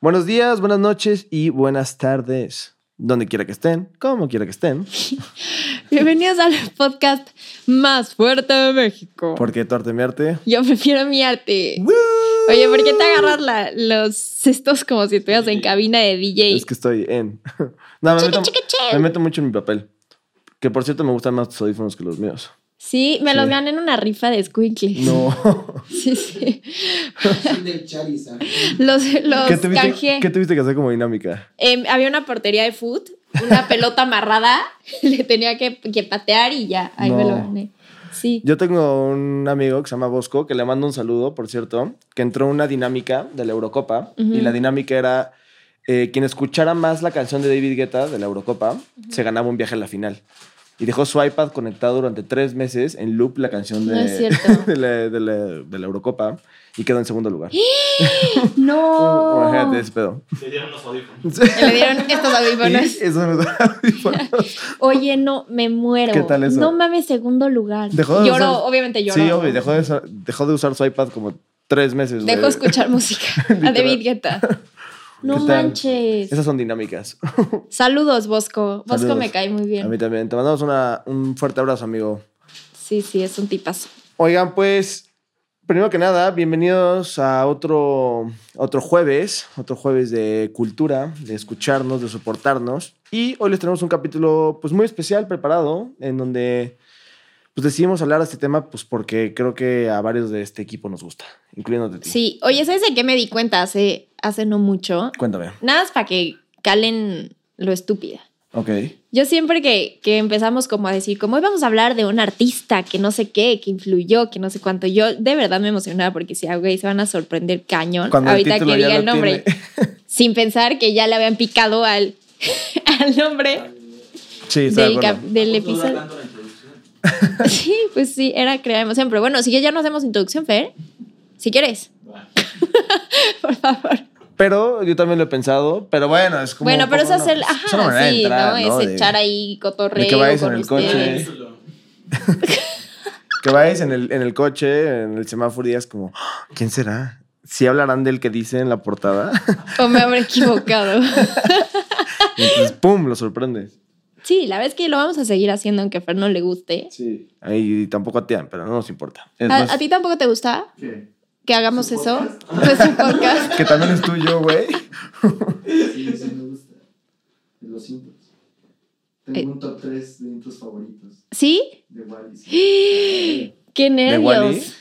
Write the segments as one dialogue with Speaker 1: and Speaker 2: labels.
Speaker 1: Buenos días, buenas noches y buenas tardes. Donde quiera que estén, como quiera que estén,
Speaker 2: Bienvenidos al podcast más fuerte de México.
Speaker 1: porque tu arte mi arte.
Speaker 2: Yo prefiero mi arte. Oye, ¿por qué te agarras la- los cestos como si estuvieras en cabina de DJ?
Speaker 1: Es que estoy en. No, me meto, me meto mucho en mi papel. Que por cierto, me gustan más tus audífonos que los míos.
Speaker 2: Sí, me los
Speaker 1: Sí.
Speaker 2: gané en una rifa de squinkles.
Speaker 1: No.
Speaker 2: Sí, sí.
Speaker 3: del Charizard.
Speaker 2: Los, los
Speaker 1: ¿Qué tuviste,
Speaker 2: canjeé.
Speaker 1: qué tuviste que hacer como dinámica?
Speaker 2: Em, había una portería de foot, una pelota amarrada, le tenía que, que patear y ya, ahí me
Speaker 1: No.
Speaker 2: lo gané. Sí.
Speaker 1: Yo tengo un amigo que se llama Bosco, que le mando un saludo, por cierto, que entró una dinámica de la Eurocopa
Speaker 2: Ujú.
Speaker 1: y la dinámica era eh, quien escuchara más la canción de David Guetta de la Eurocopa se ganaba un viaje a la final. Y dejó su iPad conectado durante tres meses en loop la canción de,
Speaker 2: No es cierto.
Speaker 1: de la, de la- de la Eurocopa y quedó en segundo lugar.
Speaker 2: No.
Speaker 1: Imagínate ese pedo.
Speaker 4: Le dieron los audífonos.
Speaker 2: Le dieron estos audífonos.
Speaker 1: Y eso nos da audífonos.
Speaker 2: Oye, no, me muero.
Speaker 1: ¿Qué tal eso?
Speaker 2: No mames, segundo lugar.
Speaker 1: Dejó de
Speaker 2: lloro,
Speaker 1: usar-
Speaker 2: obviamente lloro.
Speaker 1: Sí, obvio, dejó de, usar, dejó de usar su iPad como tres meses. güey.
Speaker 2: Dejo escuchar música a
Speaker 1: Literal.
Speaker 2: David Guetta. No
Speaker 1: ¿Qué tal?
Speaker 2: manches.
Speaker 1: Esas son dinámicas.
Speaker 2: Saludos, Bosco. Bosco
Speaker 1: Saludos.
Speaker 2: me cae muy
Speaker 1: A mí
Speaker 2: bien.
Speaker 1: también. Te mandamos una- un fuerte abrazo, amigo.
Speaker 2: Sí, sí, es un tipazo.
Speaker 1: Oigan, pues, primero que nada, bienvenidos a otro, otro jueves, otro jueves de cultura, de escucharnos, de soportarnos. Y hoy les tenemos un capítulo, pues, muy especial preparado, en donde, pues, decidimos hablar de este tema, pues, porque creo que a varios de este equipo nos gusta, incluyéndote a ti.
Speaker 2: Sí, oye, ¿sabes de qué me di cuenta hace, hace no mucho?
Speaker 1: Cuéntame.
Speaker 2: Nada más para que calen lo estúpida.
Speaker 1: Ok.
Speaker 2: Yo siempre que, que empezamos como a decir, como hoy vamos a hablar de un artista que no sé qué, que influyó, que no sé cuánto, yo de verdad me emocionaba porque decía, güey, se van a sorprender cañón
Speaker 1: Cuando el
Speaker 2: ahorita
Speaker 1: título
Speaker 2: que
Speaker 1: ya
Speaker 2: diga
Speaker 1: lo
Speaker 2: el nombre,
Speaker 1: tiene.
Speaker 2: sin pensar que ya le habían picado al, al nombre
Speaker 1: Sí, estoy de
Speaker 2: del, cap-
Speaker 1: acuerdo.
Speaker 2: del
Speaker 4: No dura
Speaker 2: episodio.
Speaker 4: tanto la introducción.
Speaker 2: Sí, pues sí, era crear emoción. Pero bueno, si ya no hacemos introducción, Fer, si quieres,
Speaker 4: Bueno,
Speaker 2: por favor.
Speaker 1: Pero yo también lo he pensado, pero bueno, es como.
Speaker 2: bueno,
Speaker 1: un
Speaker 2: pero es
Speaker 1: poco una-
Speaker 2: hacer,
Speaker 1: es una manera
Speaker 2: ajá,
Speaker 1: de
Speaker 2: sí,
Speaker 1: entrar,
Speaker 2: ¿no? Es
Speaker 1: De-
Speaker 2: echar ahí cotorreo
Speaker 1: vayas
Speaker 2: con
Speaker 1: en el
Speaker 2: ustedes.
Speaker 1: coche. Que vayas en el, en el coche, en el semáforo y digas como, "Ah, ¿quién será? Si hablarán del que dice en la portada.
Speaker 2: O me habré equivocado.
Speaker 1: Y entonces, ¡pum! Lo sorprendes.
Speaker 2: Sí, la verdad es que lo vamos a seguir haciendo aunque a Fer no le guste.
Speaker 1: Sí. Ahí tampoco a ti, pero no nos importa. Es más,
Speaker 2: ¿A, a ti tampoco te gusta
Speaker 4: ¿Qué?
Speaker 2: que hagamos eso? Pues un podcast.
Speaker 1: Que también es tuyo, güey.
Speaker 3: Sí, sí me gusta. De los intros. Tengo
Speaker 2: Eh.
Speaker 3: un top 3 de intros favoritos
Speaker 2: ¿Sí?
Speaker 3: de Wallis.
Speaker 2: ¡Qué
Speaker 1: ¿De Wally?
Speaker 2: nervios!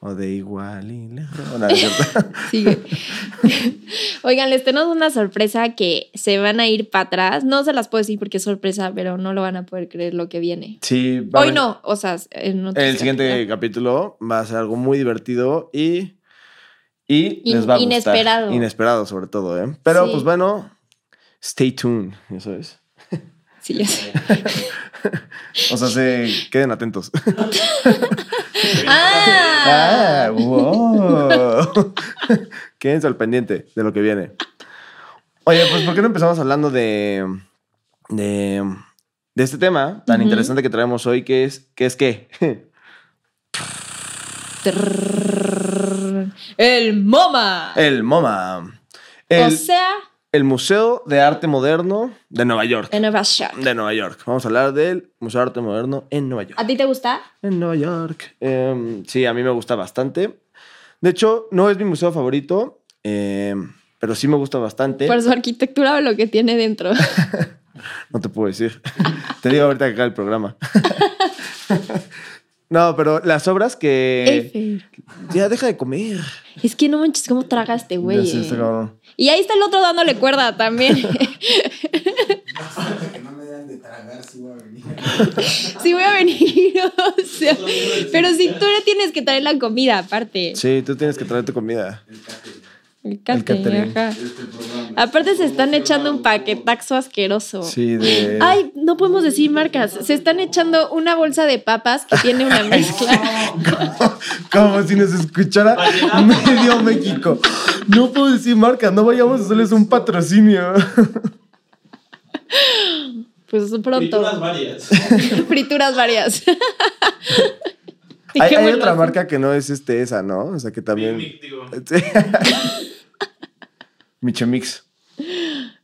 Speaker 1: O de igual y la- No, no, es cierto.
Speaker 2: Sigue. Oigan, les tenemos una sorpresa que se van a ir para atrás. No se las puedo decir porque es sorpresa, pero no lo van a poder creer lo que viene.
Speaker 1: Sí, va a
Speaker 2: Hoy
Speaker 1: haber-
Speaker 2: no, o sea, en otro
Speaker 1: El siguiente capítulo va a ser algo muy divertido y. Y
Speaker 2: In-
Speaker 1: les va a gustar.
Speaker 2: inesperado.
Speaker 1: Inesperado, sobre todo, ¿eh? Pero
Speaker 2: Sí.
Speaker 1: pues bueno, stay tuned, eso es.
Speaker 2: Sí, ya sé.
Speaker 1: O sea, se queden atentos.
Speaker 2: ¡Ah!
Speaker 1: Ah, wow. Quédense al pendiente de lo que viene. Oye, pues ¿por qué no empezamos hablando de de, de este tema tan
Speaker 2: Ujú.
Speaker 1: interesante que traemos hoy, que es que es qué?
Speaker 2: Trrrr. ¡El MoMA!
Speaker 1: El MoMA,
Speaker 2: o
Speaker 1: el,
Speaker 2: sea,
Speaker 1: el Museo de Arte Moderno de Nueva York.
Speaker 2: en Nueva York.
Speaker 1: De Nueva York. Vamos a hablar del Museo de Arte Moderno en Nueva York.
Speaker 2: ¿A ti te gusta?
Speaker 1: En Nueva York. Em, sí, a mí me gusta bastante. De hecho, no es mi museo favorito, em, pero sí me gusta bastante.
Speaker 2: Por su arquitectura o lo que tiene dentro.
Speaker 1: No te puedo decir. te digo ahorita que acaba el programa. no, pero las obras
Speaker 2: Ey,
Speaker 1: que...
Speaker 2: Fer,
Speaker 1: Ya deja de comer.
Speaker 2: es que no manches cómo traga este güey.
Speaker 1: Ya sé, está
Speaker 2: eh.
Speaker 1: cabrón.
Speaker 2: Y ahí está el otro dándole cuerda también.
Speaker 3: Que no me dan de tragar si voy a venir.
Speaker 2: sí voy a venir. o sea, pero si tú le tienes que traer la comida aparte.
Speaker 1: Sí, tú tienes que traer tu comida.
Speaker 3: El catering.
Speaker 2: El catering,
Speaker 1: catering.
Speaker 2: ajá.
Speaker 3: Este programa.
Speaker 2: Aparte se están echando un paquetaxo asqueroso.
Speaker 1: Sí, de...
Speaker 2: Oh. Ay, no podemos decir marcas. Se están echando una bolsa de papas que tiene una mezcla.
Speaker 1: Como si nos escuchara medio México. No puedo decir marcas, no vayamos a hacerles un patrocinio.
Speaker 2: Pues
Speaker 4: Frituras
Speaker 2: pronto.
Speaker 4: varias.
Speaker 2: Frituras varias. Ay,
Speaker 1: Hay,
Speaker 2: qué
Speaker 1: hay
Speaker 2: bueno.
Speaker 1: otra marca que no es este, esa, ¿no? O sea, que también...
Speaker 4: Picnic, digo.
Speaker 1: Michemix.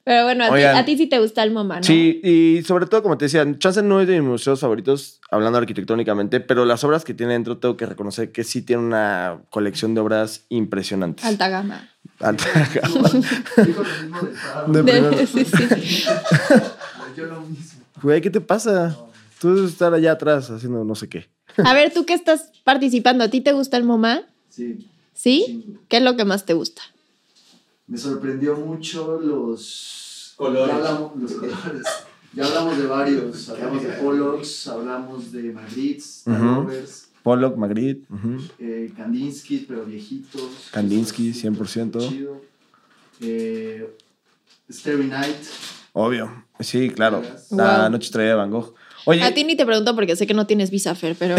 Speaker 2: Pero bueno, a ti,
Speaker 1: Oigan.
Speaker 2: a ti sí te gusta el MoMA, Ah, ¿no?
Speaker 1: Sí, y sobre todo, como te decía, Chance no es de mis museos favoritos, hablando arquitectónicamente, pero las obras que tiene dentro tengo que reconocer que sí tiene una colección de obras impresionantes.
Speaker 2: Alta gama.
Speaker 1: Alta.
Speaker 3: Dijo lo mismo de Pablo.
Speaker 1: De- primero.
Speaker 2: sí, sí.
Speaker 3: Yo lo mismo.
Speaker 1: Güey, ¿qué te pasa? Tú debes estar allá atrás haciendo no sé qué.
Speaker 2: A ver, tú que estás participando, ¿a ti te gusta el MoMA?
Speaker 3: Sí.
Speaker 2: ¿Sí?
Speaker 3: chingo.
Speaker 2: ¿Qué es lo que más te gusta?
Speaker 3: Me sorprendió mucho los
Speaker 4: Colores.
Speaker 3: Ya hablamos, los colores. Ya hablamos de varios. Hablamos de Pollux, hablamos de Madrid, Star
Speaker 1: Ujú.
Speaker 3: Rovers,
Speaker 1: Pollock, Magritte, ujú,
Speaker 3: eh, Kandinsky, pero viejitos.
Speaker 1: Kandinsky,
Speaker 3: Está súper
Speaker 1: 100%.
Speaker 3: Chido. Eh, Starry Night.
Speaker 1: obvio. Sí, claro.
Speaker 3: Wow.
Speaker 1: La noche estrella de Van Gogh. Oye,
Speaker 2: A ti ni te pregunto porque sé que no tienes visa, Fer, pero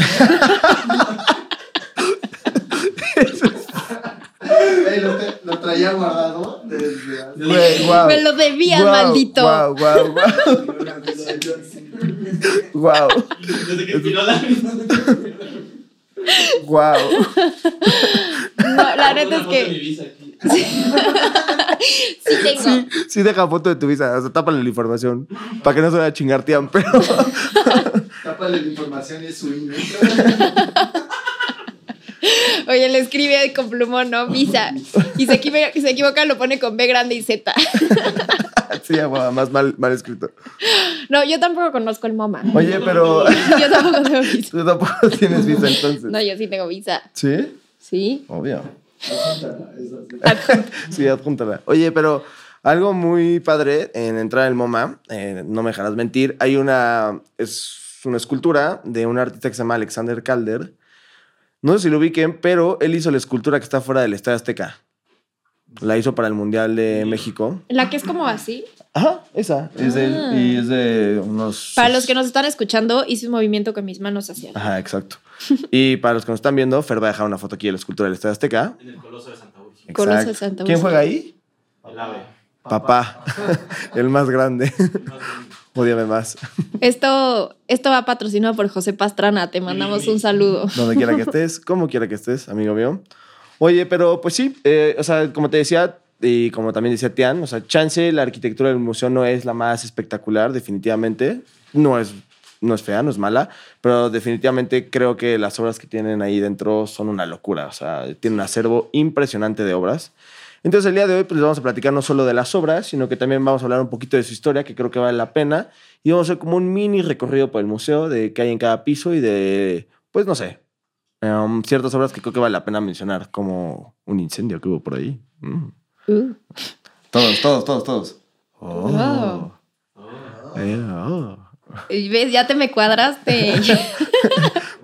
Speaker 3: Güey, lo, te- lo traía guardado desde hace-
Speaker 1: güey, guau,
Speaker 2: me lo debía,
Speaker 1: guau,
Speaker 2: maldito.
Speaker 1: guau, guau, guau, guau,
Speaker 4: Desde que tiró la
Speaker 1: guau.
Speaker 2: No, la neta es que sí tengo.
Speaker 1: Sí, deja foto de tu visa. Hasta tápale la información. Para que no se vaya a chingar, tía, pero.
Speaker 3: Tápale la información y es su email.
Speaker 2: Oye, le escribe con plumón, ¿no? Visa. Y se equivoca, se equivoca, lo pone con B grande y Z.
Speaker 1: Sí, guau, más mal, mal escrito.
Speaker 2: No, yo tampoco conozco el MoMA.
Speaker 1: Oye, pero.
Speaker 2: Yo tampoco tengo visa.
Speaker 1: Tú tampoco tienes visa entonces.
Speaker 2: No, yo sí tengo visa.
Speaker 1: ¿Sí?
Speaker 2: Sí.
Speaker 1: Obvio.
Speaker 3: Apúntala, es así.
Speaker 1: Sí, adjúntala. Oye, pero algo muy padre en entrar al MoMA, eh, no me dejarás mentir, hay una, es una escultura de un artista que se llama Alexander Calder. No sé si lo ubiquen, pero él hizo la escultura que está fuera del Estadio Azteca. La hizo para el Mundial de México.
Speaker 2: La que es como así.
Speaker 1: Ajá, esa. Es de,
Speaker 2: Ah.
Speaker 1: y es de unos...
Speaker 2: Para los que nos están escuchando, hice un movimiento con mis manos hacia arriba.
Speaker 1: Ajá, exacto. y para los que nos están viendo, Fer va a dejar una foto aquí de la escultura del Estadio Azteca.
Speaker 4: En el coloso de Santa Úrsula.
Speaker 2: Coloso de
Speaker 1: Exacto.
Speaker 2: Santa
Speaker 1: ¿Quién
Speaker 2: Úrsula.
Speaker 1: juega ahí?
Speaker 4: El ave.
Speaker 1: Papá, el más grande.
Speaker 4: el más bonito.
Speaker 1: Ódiame más.
Speaker 2: Esto, esto va patrocinado por José Pastrana. Te mandamos un saludo.
Speaker 1: Donde quiera que estés, como quiera que estés, amigo mío. Oye, pero pues sí, eh, o sea, como te decía y como también decía Tian, o sea, chance la arquitectura del museo no es la más espectacular, definitivamente. No es, no es fea, no es mala, pero definitivamente creo que las obras que tienen ahí dentro son una locura. O sea, tiene un acervo impresionante de obras. Entonces, el día de hoy, pues les vamos a platicar no solo de las obras, sino que también vamos a hablar un poquito de su historia, que creo que vale la pena. Y vamos a hacer como un mini recorrido por el museo de qué hay en cada piso y de, pues no sé, em, ciertas obras que creo que vale la pena mencionar, como un incendio que hubo por ahí. Mm.
Speaker 2: Uh.
Speaker 1: Todos, todos, todos, todos. Oh.
Speaker 2: Wow.
Speaker 4: Oh.
Speaker 1: Eh, oh.
Speaker 2: Y ¿Ves? Ya te me cuadraste.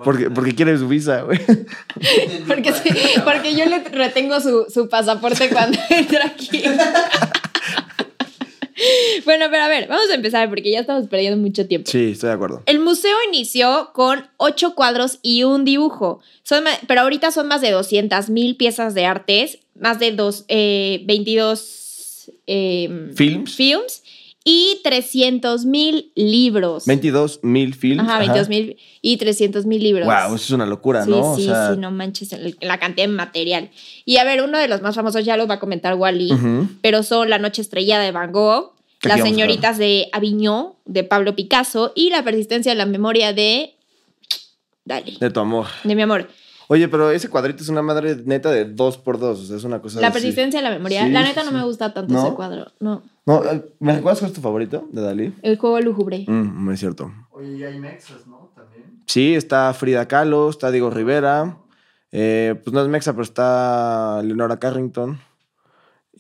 Speaker 1: Porque, porque quiere su visa, güey.
Speaker 2: Porque, sí, porque yo le retengo su, su pasaporte cuando entra aquí. bueno, pero a ver, vamos a empezar porque ya estamos perdiendo mucho tiempo.
Speaker 1: Sí, estoy de acuerdo.
Speaker 2: El museo inició con ocho cuadros y un dibujo, Son ma- pero ahorita son más de 200 mil piezas de artes, más de dos, eh, 22 eh,
Speaker 1: Films.
Speaker 2: films y 300 mil libros.
Speaker 1: 22 mil films.
Speaker 2: Ajá, 22 mil y 300 mil libros.
Speaker 1: Wow, eso es una locura,
Speaker 2: Sí,
Speaker 1: ¿no?
Speaker 2: sí,
Speaker 1: o sea,
Speaker 2: sí, no manches el- la cantidad de material. Y a ver, uno de los más famosos ya los va a comentar Wally,
Speaker 1: ujú.
Speaker 2: pero son La Noche Estrellada de Van Gogh,
Speaker 1: Que
Speaker 2: Las
Speaker 1: aquí vamos a
Speaker 2: Señoritas de Aviñón de Pablo Picasso y La Persistencia de la Memoria de. Dale,
Speaker 1: De tu amor.
Speaker 2: de mi amor.
Speaker 1: Oye, pero ese cuadrito es una madre neta de dos por dos. O sea, es una cosa.
Speaker 2: La
Speaker 1: así.
Speaker 2: Persistencia de la Memoria.
Speaker 1: Sí,
Speaker 2: la neta
Speaker 1: sí,
Speaker 2: no
Speaker 1: sí.
Speaker 2: me gusta tanto
Speaker 1: ¿No?
Speaker 2: ese cuadro, no.
Speaker 1: No, eh, ¿Me recuerdas cuál es tu favorito de Dalí?
Speaker 2: El juego lúgubre.
Speaker 1: Mm, no es cierto.
Speaker 3: Oye, y hay mexas, ¿no? También.
Speaker 1: Sí, está Frida Kahlo, está Diego Rivera. eh, pues no es Mexa, pero está Leonora Carrington.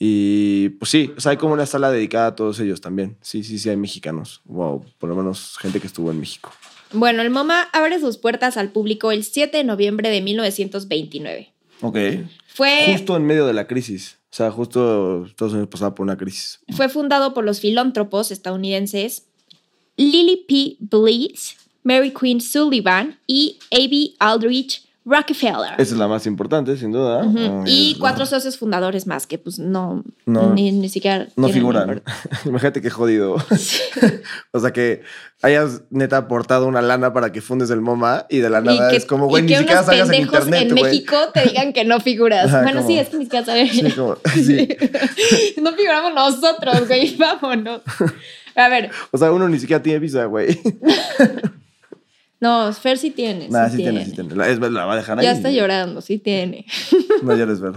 Speaker 1: Y pues sí, o sea, hay como una sala dedicada a todos ellos también. Sí, sí, sí, hay mexicanos. Wow, por lo menos gente que estuvo en México.
Speaker 2: Bueno, el MoMA abre sus puertas al público el 7 de noviembre de 1929.
Speaker 1: Ok.
Speaker 2: Eh, Fue.
Speaker 1: Justo en medio de la crisis. O sea, justo Estados Unidos pasaba por una crisis.
Speaker 2: Fue fundado por los filántropos estadounidenses Lily P. Bleach, Mary Queen Sullivan y A.B. Aldrich Rockefeller.
Speaker 1: Esa es la más importante, sin duda.
Speaker 2: Ujú.
Speaker 1: Ah,
Speaker 2: y
Speaker 1: es-
Speaker 2: cuatro socios fundadores más que pues no,
Speaker 1: No.
Speaker 2: ni, ni siquiera...
Speaker 1: No
Speaker 2: tienen
Speaker 1: figuran.
Speaker 2: nombre.
Speaker 1: Imagínate qué jodido.
Speaker 2: Sí.
Speaker 1: O sea, que hayas neta aportado una lana para que fundes el MoMA y de la nada es como, güey,
Speaker 2: y
Speaker 1: ni
Speaker 2: que
Speaker 1: siquiera
Speaker 2: unos
Speaker 1: salgas en
Speaker 2: pendejos
Speaker 1: internet,
Speaker 2: en
Speaker 1: güey.
Speaker 2: México te digan que no figuras.
Speaker 1: Ajá,
Speaker 2: bueno,
Speaker 1: como-
Speaker 2: sí, es que ni siquiera sabes.
Speaker 1: Sí, como- sí.
Speaker 2: no figuramos nosotros, güey. Vámonos. A ver,
Speaker 1: O sea, uno ni siquiera tiene visa, güey.
Speaker 2: no, Fer sí tiene.
Speaker 1: Nada,
Speaker 2: sí
Speaker 1: sí tiene, sí tiene. La, es- la va a dejar ahí.
Speaker 2: Ya está llorando, sí tiene.
Speaker 1: No llores, ver.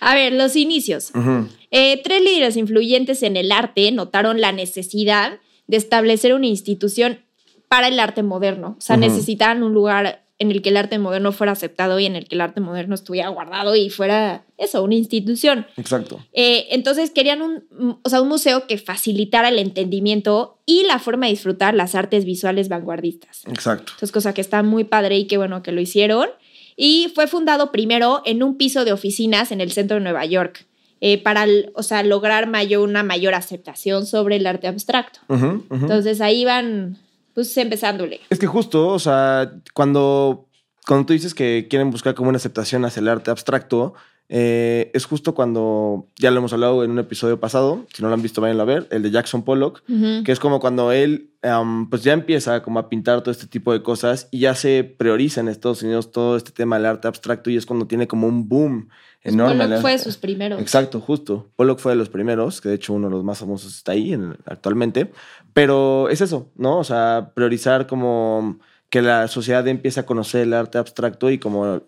Speaker 2: A ver, los inicios.
Speaker 1: Ujú.
Speaker 2: Eh, tres líderes influyentes en el arte notaron la necesidad de establecer una institución para el arte moderno. O sea,
Speaker 1: Ujú.
Speaker 2: necesitaban un lugar en el que el arte moderno fuera aceptado y en el que el arte moderno estuviera guardado y fuera eso, una institución.
Speaker 1: Exacto.
Speaker 2: Eh, entonces querían un, mm, o sea, un museo que facilitara el entendimiento y la forma de disfrutar las artes visuales vanguardistas.
Speaker 1: Exacto.
Speaker 2: Entonces, cosa que está muy padre y qué bueno que lo hicieron. Y fue fundado primero en un piso de oficinas en el centro de Nueva York eh, para l- o sea, lograr mayor, una mayor aceptación sobre el arte abstracto.
Speaker 1: Ujú, ujú.
Speaker 2: Entonces ahí van, pues empezándole.
Speaker 1: Es que justo, o sea, cuando, cuando tú dices que quieren buscar como una aceptación hacia el arte abstracto, eh, es justo cuando, ya lo hemos hablado en un episodio pasado, si no lo han visto, vayan a ver, el de Jackson Pollock,
Speaker 2: Ujú.
Speaker 1: que es como cuando él em, pues ya empieza como a pintar todo este tipo de cosas y ya se prioriza en Estados Unidos todo este tema del arte abstracto y es cuando tiene como un boom
Speaker 2: Pues,
Speaker 1: enorme.
Speaker 2: Pollock
Speaker 1: El-
Speaker 2: fue de sus primeros.
Speaker 1: Exacto, justo. Pollock fue de los primeros, que de hecho uno de los más famosos está ahí en- actualmente. Pero es eso, ¿no? O sea, priorizar como que la sociedad empiece a conocer el arte abstracto y como,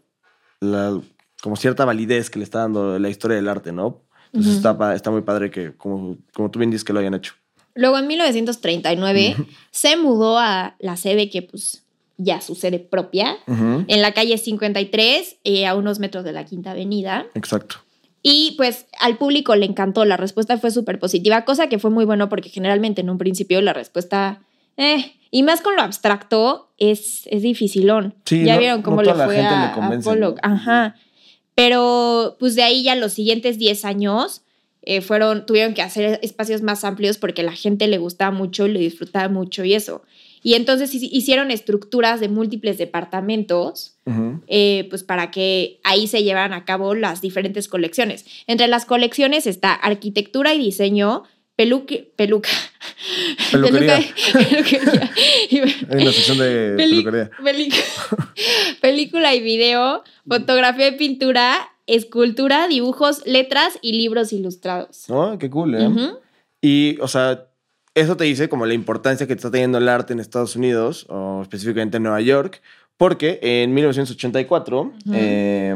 Speaker 1: la, como cierta validez que le está dando la historia del arte, ¿no? Entonces
Speaker 2: Ujú.
Speaker 1: está, pa- está muy padre que, como, como tú bien dices, que lo hayan hecho.
Speaker 2: Luego en 1939
Speaker 1: Ujú.
Speaker 2: se mudó a la sede que pues ya su sede propia,
Speaker 1: Ujú.
Speaker 2: en la calle 53, eh, a unos metros de la Quinta Avenida.
Speaker 1: Exacto.
Speaker 2: Y pues al público le encantó, la respuesta fue súper positiva, cosa que fue muy bueno porque generalmente en un principio la respuesta, eh, y más con lo abstracto, es, es dificilón.
Speaker 1: Sí,
Speaker 2: ya
Speaker 1: no-
Speaker 2: vieron
Speaker 1: no
Speaker 2: cómo le
Speaker 1: toda la
Speaker 2: fue
Speaker 1: gente
Speaker 2: a,
Speaker 1: le
Speaker 2: a
Speaker 1: convence,
Speaker 2: Pollock.
Speaker 1: ¿no?
Speaker 2: Ajá. Pero pues de ahí ya los siguientes 10 años eh, fueron, tuvieron que hacer espacios más amplios porque la gente le gustaba mucho y le disfrutaba mucho y eso. Y entonces hi- hicieron estructuras de múltiples departamentos
Speaker 1: Ujú.
Speaker 2: eh, pues para que ahí se llevaran a cabo las diferentes colecciones. Entre las colecciones está arquitectura y diseño, peluque, peluca,
Speaker 1: Peluquería.
Speaker 2: peluquería, y-
Speaker 1: En la sección de
Speaker 2: peli-
Speaker 1: peluquería.
Speaker 2: pelic- película y video, fotografía y pintura, escultura, dibujos, letras y libros ilustrados.
Speaker 1: Oh, qué cool, ¿eh?
Speaker 2: Ujú.
Speaker 1: Y, o sea, eso te dice como la importancia que está teniendo el arte en Estados Unidos, o específicamente en Nueva York, porque en 1984 eh,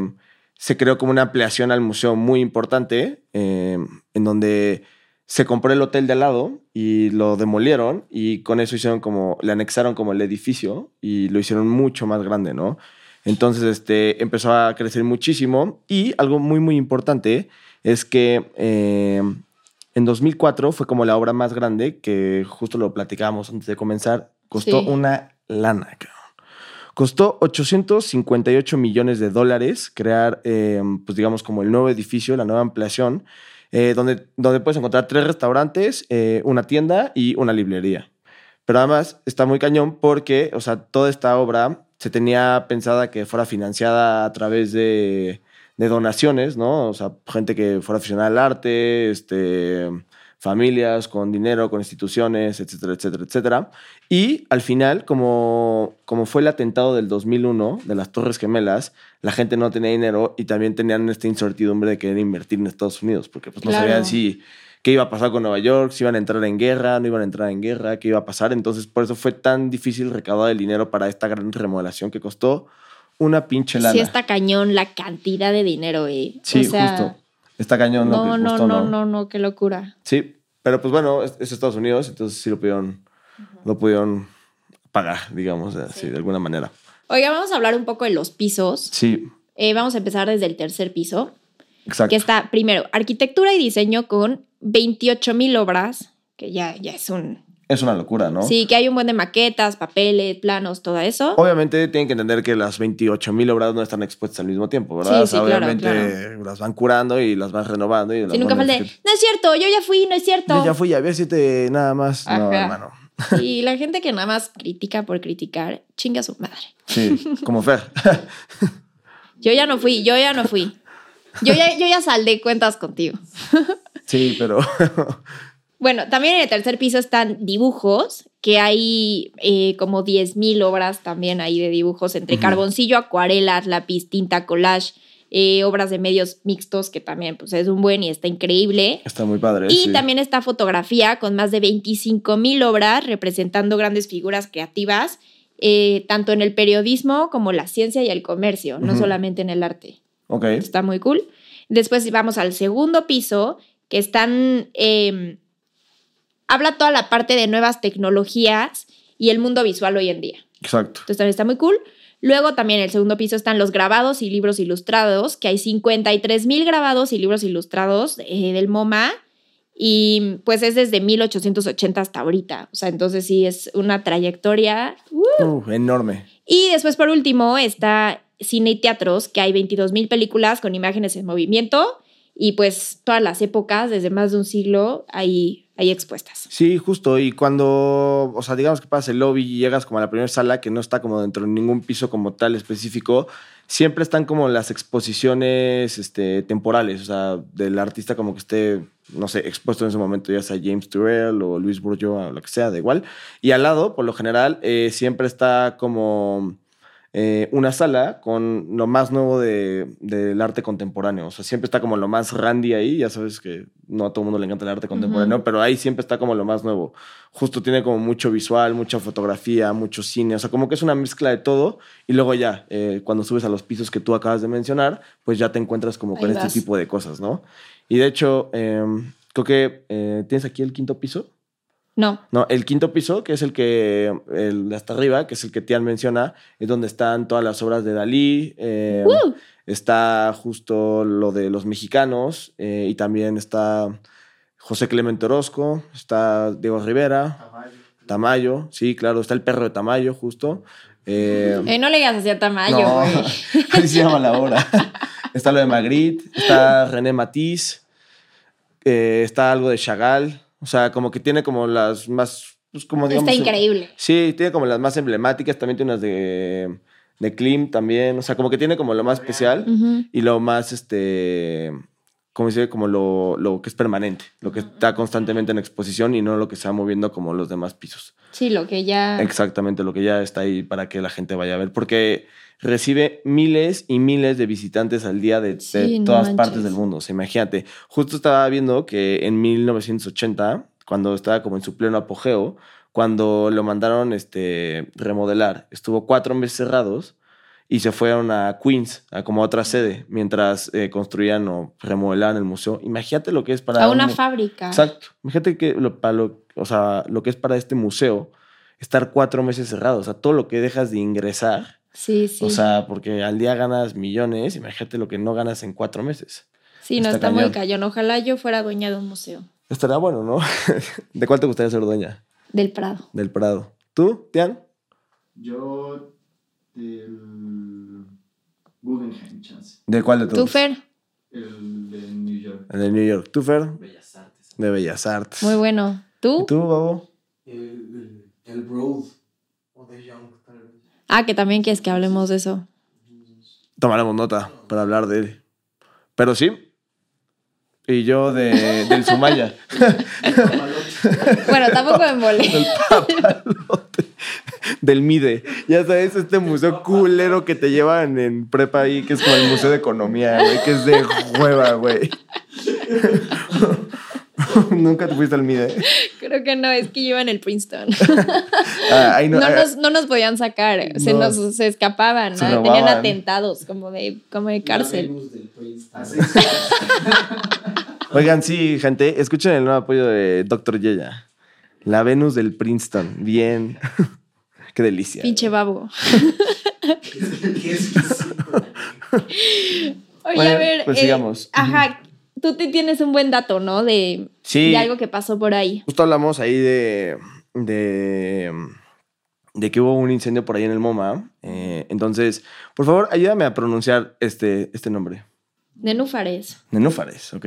Speaker 1: se creó como una ampliación al museo muy importante, eh, en donde se compró el hotel de al lado y lo demolieron y con eso hicieron como, le anexaron como el edificio y lo hicieron mucho más grande, ¿no? Entonces, este, empezó a crecer muchísimo y algo muy, muy importante es que eh, en 2004 fue como la obra más grande que justo lo platicábamos antes de comenzar. Costó
Speaker 2: Sí.
Speaker 1: una lana, cabrón. Costó 858 millones de dólares crear, eh, pues digamos, como el nuevo edificio, la nueva ampliación, eh, donde, donde puedes encontrar tres restaurantes, eh, una tienda y una librería. Pero además está muy cañón porque, o sea, toda esta obra se tenía pensada que fuera financiada a través de, de donaciones, ¿no? O sea, gente que fuera aficionada al arte, este, familias con dinero, con instituciones, etcétera, etcétera, etcétera. Y al final, como, como fue el atentado del 2001 de las Torres Gemelas, la gente no tenía dinero y también tenían esta incertidumbre de querer invertir en Estados Unidos, porque pues no
Speaker 2: Claro.
Speaker 1: sabían si qué iba a pasar con Nueva York, si iban a entrar en guerra, no iban a entrar en guerra, qué iba a pasar. Entonces, por eso fue tan difícil recaudar el dinero para esta gran remodelación que costó una pinche lana.
Speaker 2: Sí está cañón la cantidad de dinero. eh.
Speaker 1: Sí,
Speaker 2: O sea,
Speaker 1: justo. Está cañón lo
Speaker 2: No,
Speaker 1: que
Speaker 2: no,
Speaker 1: justo,
Speaker 2: no, no, no, qué locura.
Speaker 1: Sí, pero pues bueno, es, es Estados Unidos, entonces sí lo pudieron, lo pudieron pagar, digamos, así, de alguna manera.
Speaker 2: Oiga, vamos a hablar un poco de los pisos.
Speaker 1: Sí,
Speaker 2: Eh, vamos a empezar desde el tercer piso,
Speaker 1: exacto.
Speaker 2: que está primero arquitectura y diseño con 28 mil obras, que ya, ya es un...
Speaker 1: Es una locura, ¿no?
Speaker 2: Sí, que hay un buen de maquetas, papeles, planos, todo eso.
Speaker 1: Obviamente tienen que entender que las 28 mil obras no están expuestas al mismo tiempo, ¿verdad?
Speaker 2: Sí,
Speaker 1: O sea,
Speaker 2: sí, claro,
Speaker 1: obviamente las van curando y las van renovando. Y las
Speaker 2: Si nunca
Speaker 1: van este,
Speaker 2: falta, de,
Speaker 1: modificando.
Speaker 2: no es cierto, yo ya fui, no es cierto.
Speaker 1: Yo ya fui a ver siete nada más. No,
Speaker 2: Ajá.
Speaker 1: hermano.
Speaker 2: Y la gente que nada más critica por criticar, chinga su madre.
Speaker 1: Sí, como Fer.
Speaker 2: Yo ya no fui, yo ya no fui. Yo ya, yo ya saldé cuentas contigo.
Speaker 1: Sí, pero
Speaker 2: Bueno, también en el tercer piso están dibujos, que hay eh, como 10.000 obras también ahí de dibujos, entre
Speaker 1: Ujú.
Speaker 2: carboncillo, acuarelas, lápiz, tinta, collage, eh, obras de medios mixtos, que también pues, es un buen y está increíble.
Speaker 1: está muy padre.
Speaker 2: Y
Speaker 1: Eh, sí.
Speaker 2: también está fotografía con más de 25.000 obras representando grandes figuras creativas, eh, tanto en el periodismo como la ciencia y el comercio, no
Speaker 1: Ujú.
Speaker 2: solamente en el arte.
Speaker 1: Ok.
Speaker 2: Está muy cool. Después vamos al segundo piso, que están. eh, habla toda la parte de nuevas tecnologías y el mundo visual hoy en día.
Speaker 1: Exacto.
Speaker 2: Entonces también está muy cool. Luego también en el segundo piso están los grabados y libros ilustrados, que hay 53 mil grabados y libros ilustrados eh, del MoMA. Y pues es desde 1880 hasta ahorita. O sea, entonces sí es una trayectoria
Speaker 1: Uf, enorme.
Speaker 2: y después, por último, está cine y teatros, que hay 22.000 películas con imágenes en movimiento y pues todas las épocas, desde más de un siglo, ahí, ahí expuestas.
Speaker 1: Sí, justo. Y cuando, o sea, digamos que pasas el lobby y llegas como a la primera sala, que no está como dentro de ningún piso como tal específico, siempre están como las exposiciones este, temporales, o sea, del artista como que esté, no sé, expuesto en ese momento, ya sea James Turrell o Luis Bourgeois o lo que sea, da igual. Y al lado, por lo general, eh, siempre está como eh, una sala con lo más nuevo de- del arte contemporáneo. O sea, siempre está como lo más randy ahí. Ya sabes que no a todo el mundo le encanta el arte contemporáneo,
Speaker 2: Ujú.
Speaker 1: pero ahí siempre está como lo más nuevo. Justo tiene como mucho visual, mucha fotografía, mucho cine. O sea, como que es una mezcla de todo. Y luego ya, eh, cuando subes a los pisos que tú acabas de mencionar, pues ya te encuentras como
Speaker 2: Ahí
Speaker 1: con
Speaker 2: vas.
Speaker 1: este tipo de cosas, ¿no? Y de hecho, eh, creo que eh, tienes aquí el quinto piso.
Speaker 2: No,
Speaker 1: No, el quinto piso, que es el que, el de hasta arriba, que es el que Tian menciona, es donde están todas las obras de Dalí, eh,
Speaker 2: ¡Uh!
Speaker 1: está justo lo de los mexicanos, eh, y también está José Clemente Orozco, está Diego Rivera,
Speaker 3: Tamayo.
Speaker 1: Tamayo, sí, claro, está el perro de Tamayo, justo. eh,
Speaker 2: Eh, no le digas así a Tamayo,
Speaker 1: no,
Speaker 2: güey.
Speaker 1: así se llama la obra. Está lo de Magritte, está René Matisse, eh, está algo de Chagall, o sea, como que tiene como las más, pues como digamos...
Speaker 2: Está increíble.
Speaker 1: Sí, tiene como las más emblemáticas, también tiene unas de, de Klim también, o sea, como que tiene como lo más especial
Speaker 2: Ujú.
Speaker 1: y lo más, este, ¿cómo se dice? Como lo, lo que es permanente, lo que está constantemente en exposición y no lo que se va moviendo como los demás pisos.
Speaker 2: Sí, lo que ya...
Speaker 1: Exactamente, lo que ya está ahí para que la gente vaya a ver, porque recibe miles y miles de visitantes al día de, de
Speaker 2: Sí, no
Speaker 1: todas
Speaker 2: manches.
Speaker 1: partes del mundo. O sea, imagínate, justo estaba viendo que en 1980, cuando estaba como en su pleno apogeo, cuando lo mandaron este, remodelar, estuvo cuatro meses cerrados y se fueron a Queens, a como otra sede, mientras eh, construían o remodelaban el museo. Imagínate lo que es para...
Speaker 2: a una
Speaker 1: un-
Speaker 2: fábrica.
Speaker 1: Exacto. Fíjate que lo, para lo, o sea, lo que es para este museo, estar cuatro meses cerrado, o sea, todo lo que dejas de ingresar,
Speaker 2: Sí, sí.
Speaker 1: o sea, porque al día ganas millones, imagínate lo que no ganas en cuatro meses.
Speaker 2: sí, no,
Speaker 1: está
Speaker 2: está muy
Speaker 1: cañón.
Speaker 2: cañón. Ojalá yo fuera dueña de un museo.
Speaker 1: Estará bueno, ¿no? ¿De cuál te gustaría ser dueña?
Speaker 2: Del Prado.
Speaker 1: Del Prado. ¿Tú, Tian?
Speaker 3: Yo del Guggenheim Chance,
Speaker 1: ¿De cuál de
Speaker 2: Tú, Fer,
Speaker 3: el de New York.
Speaker 1: El de New York. ¿Tú, Fer?
Speaker 4: Bellas Artes.
Speaker 1: De Bellas Artes.
Speaker 2: muy bueno. ¿Tú?
Speaker 1: ¿Y tú, Babo?
Speaker 4: El, el, el Broad. O de Young, tal vez.
Speaker 2: Ah, que también quieres que hablemos de eso.
Speaker 1: Tomaremos nota para hablar de él. Pero sí. Y yo de, del Sumaya.
Speaker 2: Bueno, tampoco en volé.
Speaker 1: del MIDE. Ya sabes, este museo culero que te llevan en prepa ahí, que es como el Museo de Economía, güey, que es de hueva, güey. Nunca te fuiste al MIDE.
Speaker 2: Creo que no, es que yo iba en el Princeton.
Speaker 1: Ah, ahí no,
Speaker 2: No,
Speaker 1: ah,
Speaker 2: nos, no nos podían sacar, eh, se
Speaker 1: No.
Speaker 2: nos se escapaban,
Speaker 1: Se
Speaker 2: ¿no?
Speaker 1: robaban.
Speaker 2: tenían atentados como de, como de cárcel.
Speaker 4: Hablemos del Princeton.
Speaker 3: Así es.
Speaker 1: Oigan, sí, gente, escuchen el nuevo apoyo de Dr. Yeya. La Venus del Princeton. Bien. Qué delicia.
Speaker 2: Pinche babo.
Speaker 3: Qué exquisito.
Speaker 2: Oye,
Speaker 1: Bueno,
Speaker 2: a ver.
Speaker 1: pues
Speaker 2: eh,
Speaker 1: sigamos.
Speaker 2: Ajá, tú te tienes un buen dato, ¿no? De,
Speaker 1: Sí.
Speaker 2: de algo que pasó por ahí.
Speaker 1: Justo hablamos ahí de, de, de que hubo un incendio por ahí en el MoMA. Eh, entonces, por favor, ayúdame a pronunciar este, este nombre.
Speaker 2: De Núfares.
Speaker 1: Nenúfares, ok.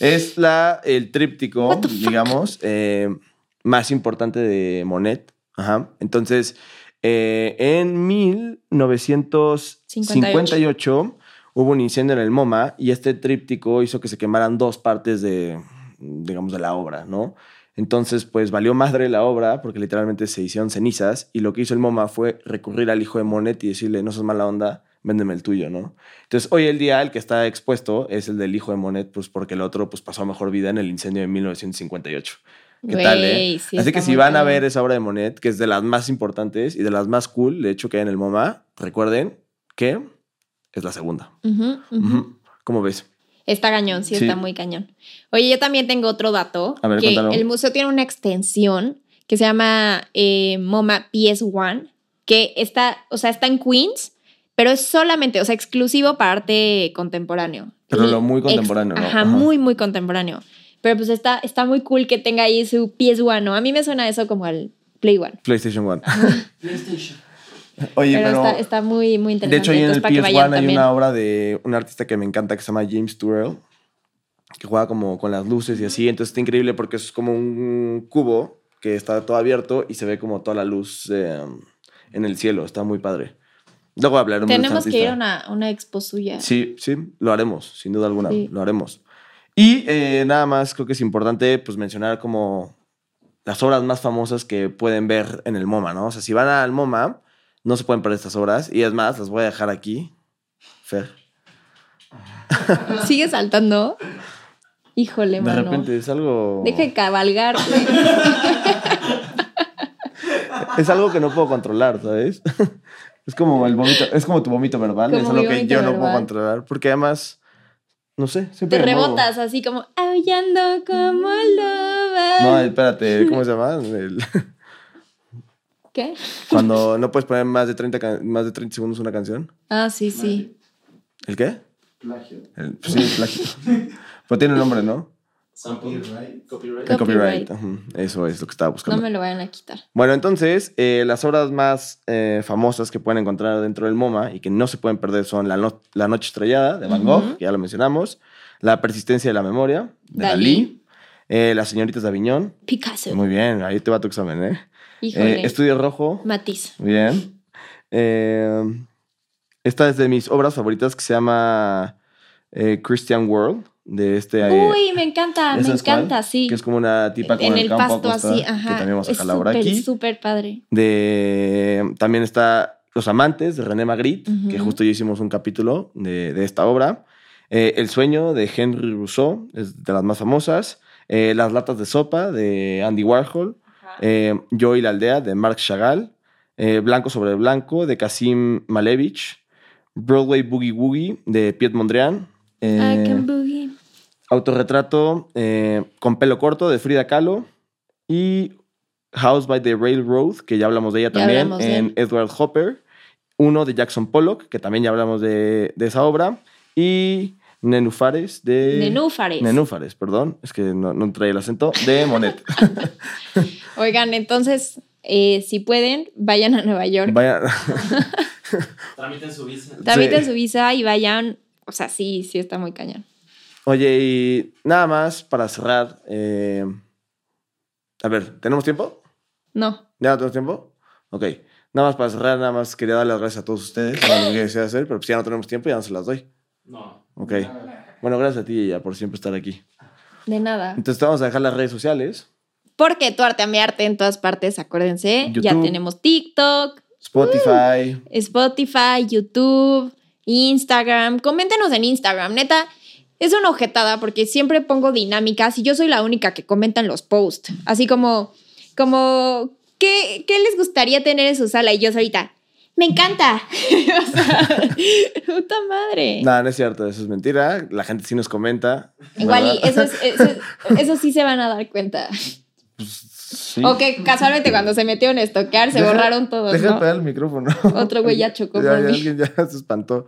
Speaker 1: Es la, el tríptico,
Speaker 2: What the fuck?
Speaker 1: digamos, eh, más importante de Monet. Ajá. Entonces, eh, en 1958 hubo un incendio en el MoMA y este tríptico hizo que se quemaran dos partes de, digamos, de la obra, ¿no? Entonces, pues valió madre la obra porque literalmente se hicieron cenizas y lo que hizo el MoMA fue recurrir al hijo de Monet y decirle, no seas mala onda, véndeme el tuyo, ¿no? Entonces, hoy el día el que está expuesto es el del hijo de Monet, pues porque el otro pues pasó a mejor vida en el incendio de 1958. ¿Qué
Speaker 2: Güey,
Speaker 1: tal, eh?
Speaker 2: sí,
Speaker 1: Así
Speaker 2: está
Speaker 1: que si
Speaker 2: muy
Speaker 1: van a
Speaker 2: bien.
Speaker 1: ver esa obra de Monet, que es de las más importantes y de las más cool, de hecho, que hay en el MoMA, recuerden que es la segunda.
Speaker 2: Ujú, ujú.
Speaker 1: Ujú. ¿Cómo ves?
Speaker 2: Está cañón, sí,
Speaker 1: Sí.
Speaker 2: está muy cañón. Oye, yo también tengo otro dato.
Speaker 1: A ver,
Speaker 2: que
Speaker 1: cuéntalo.
Speaker 2: el museo tiene una extensión que se llama eh, MoMA PS1, que está, o sea, está en Queens, pero es solamente, o sea, exclusivo para arte contemporáneo.
Speaker 1: Pero
Speaker 2: Y
Speaker 1: lo muy
Speaker 2: ex-
Speaker 1: contemporáneo, ¿no?
Speaker 2: Ajá,
Speaker 1: Ajá.
Speaker 2: muy, muy contemporáneo. Pero pues está, está muy cool que tenga ahí su PS1, ¿no? A mí me suena eso como al Play One.
Speaker 1: PlayStation One.
Speaker 4: PlayStation.
Speaker 1: Oye,
Speaker 2: Pero, está, está muy, muy
Speaker 1: De
Speaker 2: interesante.
Speaker 1: hecho, ahí en
Speaker 2: entonces,
Speaker 1: el
Speaker 2: para que
Speaker 1: PS1
Speaker 2: vayan
Speaker 1: hay una obra de un artista que me encanta que se llama James Turrell, que juega como con las luces y así. Entonces está increíble porque es como un cubo que está todo abierto y se ve como toda la luz eh, en el cielo. Está muy padre. Luego hablaremos de este
Speaker 2: Tenemos que ir
Speaker 1: artista.
Speaker 2: a una, una expo suya.
Speaker 1: Sí, sí, lo haremos, sin duda alguna,
Speaker 2: Sí.
Speaker 1: lo haremos. Y eh, nada más creo que es importante pues mencionar como las obras más famosas que pueden ver en el MoMA, ¿no? O sea, si van al MoMA, no se pueden perder estas obras. Y es más, las voy a dejar aquí. Fer.
Speaker 2: Sigue saltando. Híjole,
Speaker 1: De
Speaker 2: mano.
Speaker 1: repente es algo...
Speaker 2: Deja de cabalgar. güey.
Speaker 1: Es algo que no puedo controlar, ¿sabes? es como el vómito, es como tu vómito verbal,
Speaker 2: Como
Speaker 1: es algo
Speaker 2: mi
Speaker 1: que
Speaker 2: vómito
Speaker 1: yo no puedo
Speaker 2: verbal.
Speaker 1: controlar. Porque además, no sé, siempre
Speaker 2: Te
Speaker 1: me muevo.
Speaker 2: rebotas así como aullando como loba.
Speaker 1: No, eh, espérate, ¿cómo se llama? El-
Speaker 2: ¿Qué?
Speaker 1: Cuando no puedes poner más de 30, can- más de 30 segundos una canción.
Speaker 2: Ah, sí, sí.
Speaker 1: ¿El qué?
Speaker 3: Plagio.
Speaker 1: El, pues sí, el plagio. Pero tiene un nombre, ¿no?
Speaker 3: Copyright.
Speaker 1: El copyright.
Speaker 2: Copyright.
Speaker 1: Ujú, Eso es lo que estaba
Speaker 2: No
Speaker 1: buscando.
Speaker 2: me lo vayan a quitar.
Speaker 1: Bueno, entonces, eh, las obras más eh, famosas que pueden encontrar dentro del MoMA y que no se pueden perder son La, no- La Noche Estrellada de Van Gogh,
Speaker 2: Ujú.
Speaker 1: que ya lo mencionamos, La Persistencia de la Memoria de
Speaker 2: Dalí.
Speaker 1: Dalí, eh, Las Señoritas de Aviñón.
Speaker 2: Picasso.
Speaker 1: Muy bien, ahí te va tu examen, ¿eh? eh
Speaker 2: Híjole.
Speaker 1: Estudio Rojo.
Speaker 2: Matiz.
Speaker 1: Bien. Eh, esta es de mis obras favoritas que se llama eh, Christian World, de este... eh,
Speaker 2: Uy, me encanta,
Speaker 1: ¿ya
Speaker 2: me
Speaker 1: sabes
Speaker 2: encanta,
Speaker 1: cuál?
Speaker 2: sí.
Speaker 1: Que es como una tipa con
Speaker 2: en el,
Speaker 1: campo
Speaker 2: pasto
Speaker 1: acostada,
Speaker 2: así, ajá.
Speaker 1: Que también vamos a
Speaker 2: es
Speaker 1: dejar la obra
Speaker 2: súper,
Speaker 1: aquí.
Speaker 2: súper padre.
Speaker 1: De, también está Los Amantes, de René Magritte,
Speaker 2: Ujú.
Speaker 1: que justo ya hicimos un capítulo de, de esta obra. Eh, el Sueño, de Henry Rousseau, es de las más famosas. Eh, Las Latas de Sopa, de Andy Warhol. Eh, Yo y la aldea de Marc Chagall, eh, Blanco sobre Blanco de Kasim Malevich, Broadway Boogie Woogie de Piet Mondrian, eh,
Speaker 2: I can Ah, boogie.
Speaker 1: Autorretrato eh, con pelo corto de Frida Kahlo y House by the Railroad, que ya hablamos de ella
Speaker 2: Ya
Speaker 1: también,
Speaker 2: hablamos de
Speaker 1: en
Speaker 2: él.
Speaker 1: Edward Hopper, uno de Jackson Pollock, que también ya hablamos de, de esa obra, y Nenúfares de...
Speaker 2: Nenúfares.
Speaker 1: Nenúfares, perdón, es que no, no traía el acento, de Monet.
Speaker 2: Oigan, entonces, eh, si pueden, vayan a Nueva York.
Speaker 1: Vaya,
Speaker 5: Tramiten su visa.
Speaker 2: Tramiten
Speaker 1: Sí.
Speaker 2: su visa y vayan. O sea, sí, sí está muy cañón.
Speaker 1: Oye, y nada más para cerrar. eh, a ver, ¿tenemos tiempo?
Speaker 2: No.
Speaker 1: ¿Ya no tenemos tiempo? Ok. Nada más para cerrar, nada más quería dar las gracias a todos ustedes por lo que desea hacer, pero pues ya no tenemos tiempo, ya no se las doy.
Speaker 5: No.
Speaker 1: Ok. Bueno, gracias a ti, ella, por siempre estar aquí.
Speaker 2: De nada.
Speaker 1: Entonces, te vamos a dejar las redes sociales:
Speaker 2: Porque tu arte a mi arte en todas partes, acuérdense. Ya
Speaker 1: YouTube.
Speaker 2: tenemos TikTok,
Speaker 1: Spotify,
Speaker 2: Uh. Spotify, YouTube, Instagram. Coméntenos en Instagram, neta. Es una ojetada porque siempre pongo dinámicas y yo soy la única que comenta en los posts. Así como, como, ¿qué, qué les gustaría tener en su sala? Y yo soy ahorita, me encanta. o sea, puta madre.
Speaker 1: Nada, no es cierto, eso es mentira. La gente sí nos comenta.
Speaker 2: Igual y
Speaker 1: ¿verdad?
Speaker 2: eso, es- eso es- eso sí se van a dar cuenta.
Speaker 1: Pues, Sí.
Speaker 2: O que casualmente cuando se metieron a estoquear se
Speaker 1: Deja-
Speaker 2: borraron todos,
Speaker 1: Deja de
Speaker 2: Pues ¿no?
Speaker 1: pegar el micrófono.
Speaker 2: Otro güey ya chocó
Speaker 1: Ya,
Speaker 2: por
Speaker 1: ya
Speaker 2: mí.
Speaker 1: alguien ya se espantó.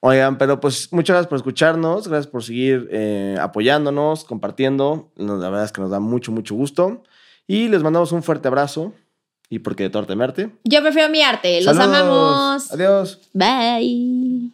Speaker 1: Oigan, pero pues muchas gracias por escucharnos, gracias por seguir eh, apoyándonos, compartiendo. Nos- La verdad es que nos da mucho, mucho gusto. Y les mandamos un fuerte abrazo. Y porque de torte merte.
Speaker 2: Yo prefiero mi arte. Los
Speaker 1: Saludos.
Speaker 2: amamos.
Speaker 1: Adiós.
Speaker 2: Bye.